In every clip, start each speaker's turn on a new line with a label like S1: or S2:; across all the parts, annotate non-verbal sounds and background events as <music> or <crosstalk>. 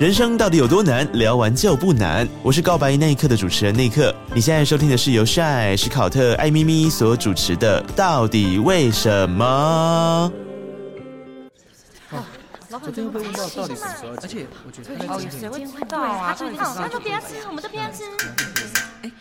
S1: 人生到底有多难？聊完就不难。我是告白那一刻的主持人内克，你现在收听的是由晒、史考特、艾咪咪所主持的《到底为什么》。
S2: 老
S3: 昨
S2: 板
S3: 天又被问到到底什么时候要
S4: 而
S3: 结
S4: 且我觉得他
S2: 哦，
S4: 在今
S2: 有谁
S4: 天
S2: 会知道啊？他知道，他就不要吃，我们都不要吃。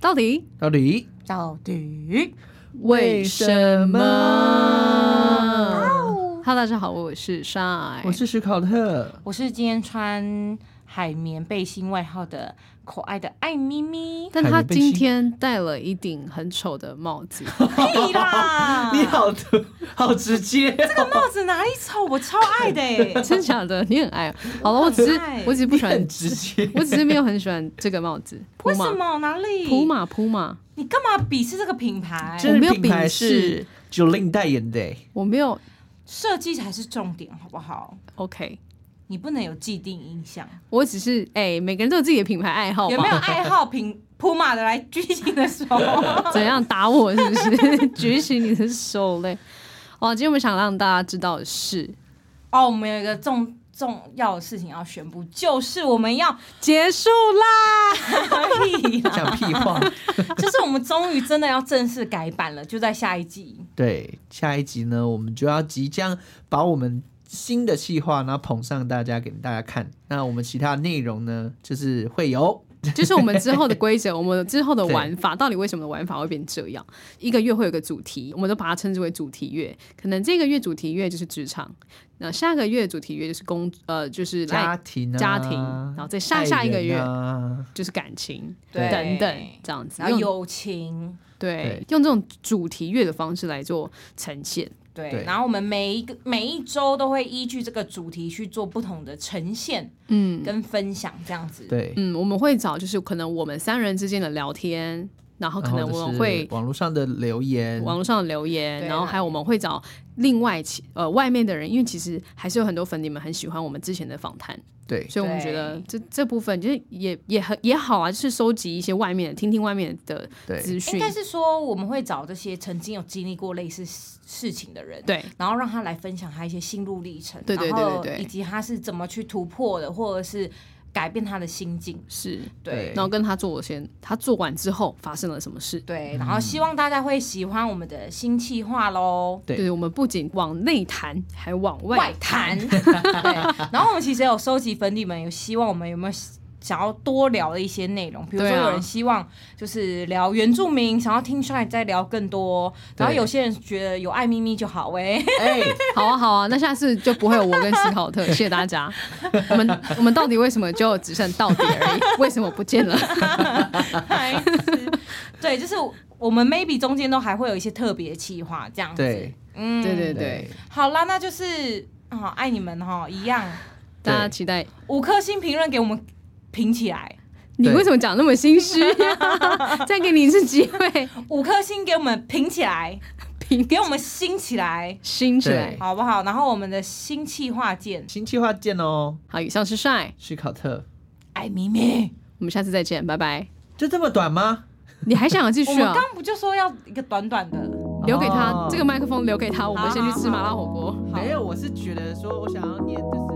S5: 到底
S3: 到底
S2: 到底
S5: 为什么？哈，大家好，我是 Shy，
S3: 我是史考特，
S2: 我是今天穿海绵背心外号的可爱的爱咪
S5: <laughs>
S2: 咪。
S5: 但他今天戴了一顶很丑的帽子，
S2: 屁 <laughs> 啦！
S3: 你好毒， <laughs> 好直接哦，
S2: 帽子哪里丑？我超爱
S5: <laughs>
S2: 的哎、
S5: 真假的？你很爱哦？好了，我只是
S2: 很爱
S5: 我只是不喜欢
S3: 很，直接。
S5: 我只是没有很喜欢这个帽子。
S2: 为
S5: 普
S2: 什么？
S5: 马，
S2: 哪里？
S5: 普马，普马，
S2: 你干嘛鄙视这个品牌？
S3: 这
S5: 没有
S3: 品牌
S5: 鄙
S3: 是
S5: 视
S3: Jolin 代言的欸，
S5: 我没有。
S2: 设计才是重点，好不好？
S5: OK，
S2: 你不能有既定印象。
S5: 我只是哎、每个人都有自己的品牌爱好嘛，
S2: 有没有爱好
S5: <laughs>
S2: 品普马的来举起你的手？哦
S5: 怎样打我？是不是 <laughs> 举起你的手嘞？哦，今天我们想让大家知道的是，
S2: 哦，我们有一个重重要的事情要宣布，就是我们要 <laughs>
S5: 结束啦！
S2: 屁啦
S3: 讲屁
S5: <laughs>
S3: 话。
S2: <laughs> 就是我们终于真的要正式改版了，就在下一季。
S3: 对，下一集呢，我们就要即将把我们新的计划，然后捧上大家给大家看。那我们其他内容呢，就是会有
S5: <laughs> 就是我们之后的规则，我们之后的玩法，到底为什么玩法会变这样？一个月会有个主题，我们都把它称之为主题月。可能这个月主题月就是职场，那下个月主题月就是工，呃，就是
S3: 家
S5: 爱，
S3: 庭、啊、
S5: 家庭然后再下
S3: 爱
S5: 下一个
S3: 人
S5: 月
S3: 啊、
S5: 就是感情，
S2: 对
S5: 等等这样子
S2: 然。后
S5: 用
S2: 友情，
S5: 对
S3: 对，
S5: 用这种主题月的方式来做呈现。
S2: 对，
S3: 对
S2: 然后我们每一个每一周都会依据这个主题去做不同的呈现
S5: 嗯
S2: 跟分享，这样子。
S3: 对，
S5: 嗯，我们会找就是可能我们三人之间的聊天，然后可能
S3: 然后
S5: 我
S3: 就
S5: 们
S3: 是
S5: 会
S3: 网络上的留言，
S5: 网络上的留言，
S2: 对
S5: 然后还有我们会找另外其呃外面的人，因为其实还是有很多粉你们很喜欢我们之前的访谈，
S3: 对
S5: 所以我们觉得这这部分就是也也很也好啊，就是收集一些外面的，听听外面的
S3: 对
S5: 资
S2: 应
S5: 讯
S2: 该，是说我们会找这些曾经有经历过类似事事情的人，
S5: 对
S2: 然后让他来分享他一些心路历程，
S5: 对对
S2: 然后
S5: 对对对
S2: 以及他是怎么去突破的，或者是改变他的心境，
S5: 是，
S2: 对
S3: 对
S5: 然后跟他做先，他做完之后发生了什么事。
S2: 对，然后希望大家会喜欢我们的新企划喽。
S3: 对
S5: 就是我们不仅往内谈，还往
S2: 外
S5: 外
S2: 谈，对，然后我们其实有收集粉底们有希望我们有没有想要多聊的一些内容，比如说
S5: 对啊
S2: 有人希望就是聊原住民，想要听 Shine 再聊更多，然后
S3: 对
S2: 有些人觉得有爱咪咪就好喂、 <laughs>
S3: 哎，
S5: <laughs> 好啊，好啊，那下次就不会有我跟斯考特，谢谢大家。我们我们到底为什么就只剩到底而已？为什么不见了？
S2: 白痴对，就是我们 maybe 中间都还会有一些特别企划这样子。
S3: 对，
S2: 嗯，
S5: 对对对
S3: 对，
S2: 好啦，那就是好、爱你们哈、一样
S5: 大家
S3: 对
S5: 期待
S2: 五颗星评论给我们评起来，
S5: 你
S3: 对
S5: 为什么讲那么心 <laughs> 虚、再给你一次机会，
S2: 五颗星给我们评起来，
S5: 平
S2: 给我们兴起来，
S5: 心起来
S3: 对。
S2: 好不好？然后我们的新企划见，
S3: 新计划见哦，
S5: 好，以上是帅，
S3: 史考特，
S2: 爱咪咪。
S5: 我们下次再见，拜拜。
S3: 就这么短吗？
S5: 你还想要继
S2: 我
S5: 续
S2: 们
S5: 啊？
S2: 刚不就说要一个短短的？
S5: 留给他、
S3: 哦
S5: 这个麦克风，留给他，我们先去吃麻辣火锅。
S3: 没有，我是觉得说我想要念就是。呃